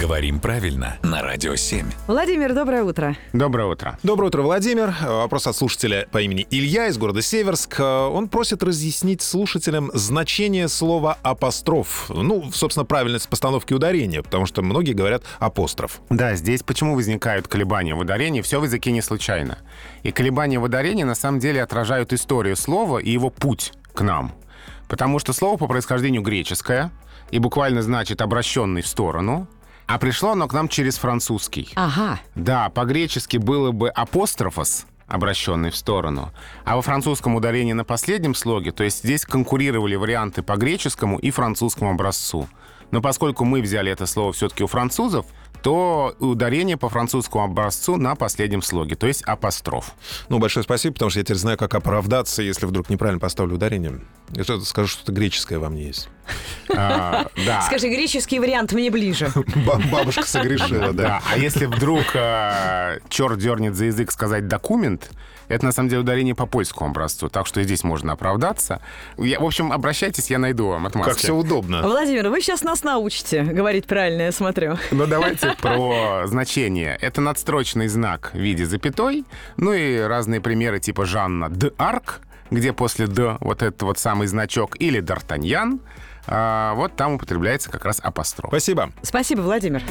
Говорим правильно на Радио 7. Владимир, доброе утро. Доброе утро. Доброе утро, Владимир. Э, Вопрос от слушателя по имени Илья из города Северск. Э, Он просит разъяснить слушателям значение слова «апостроф». Ну, собственно, правильность постановки ударения, потому что многие говорят «апостроф». Да, здесь почему возникают колебания в ударении? Все в языке не случайно. И колебания в ударении на самом деле отражают историю слова и его путь к нам. Потому что слово по происхождению греческое и буквально значит «обращенный в сторону», а пришло оно к нам через французский. Ага. Да, по-гречески было бы апострофос, обращенный в сторону. А во французском ударении на последнем слоге, то есть здесь конкурировали варианты по греческому и французскому образцу. Но поскольку мы взяли это слово все-таки у французов, то ударение по французскому образцу на последнем слоге, то есть апостроф. Ну, большое спасибо, потому что я теперь знаю, как оправдаться, если вдруг неправильно поставлю ударение. И что-то скажу, что-то греческое во мне есть. А, Да. Скажи, греческий вариант мне ближе. Ба- Бабушка согрешила, да. Да, а если вдруг э, черт дернет за язык сказать документ, это на самом деле ударение по польскому образцу, так что и здесь можно оправдаться. Я, в общем, обращайтесь, я найду вам отмазки. Как все удобно. Владимир, вы сейчас нас научите говорить правильно, я смотрю. Но Ну, давайте про значение. Это надстрочный знак в виде запятой, ну и разные примеры типа Жанна Д. Арк, где после Д вот этот вот самый значок, или Д'Артаньян, а, вот там употребляется как раз апостроф. Спасибо. Спасибо, Владимир.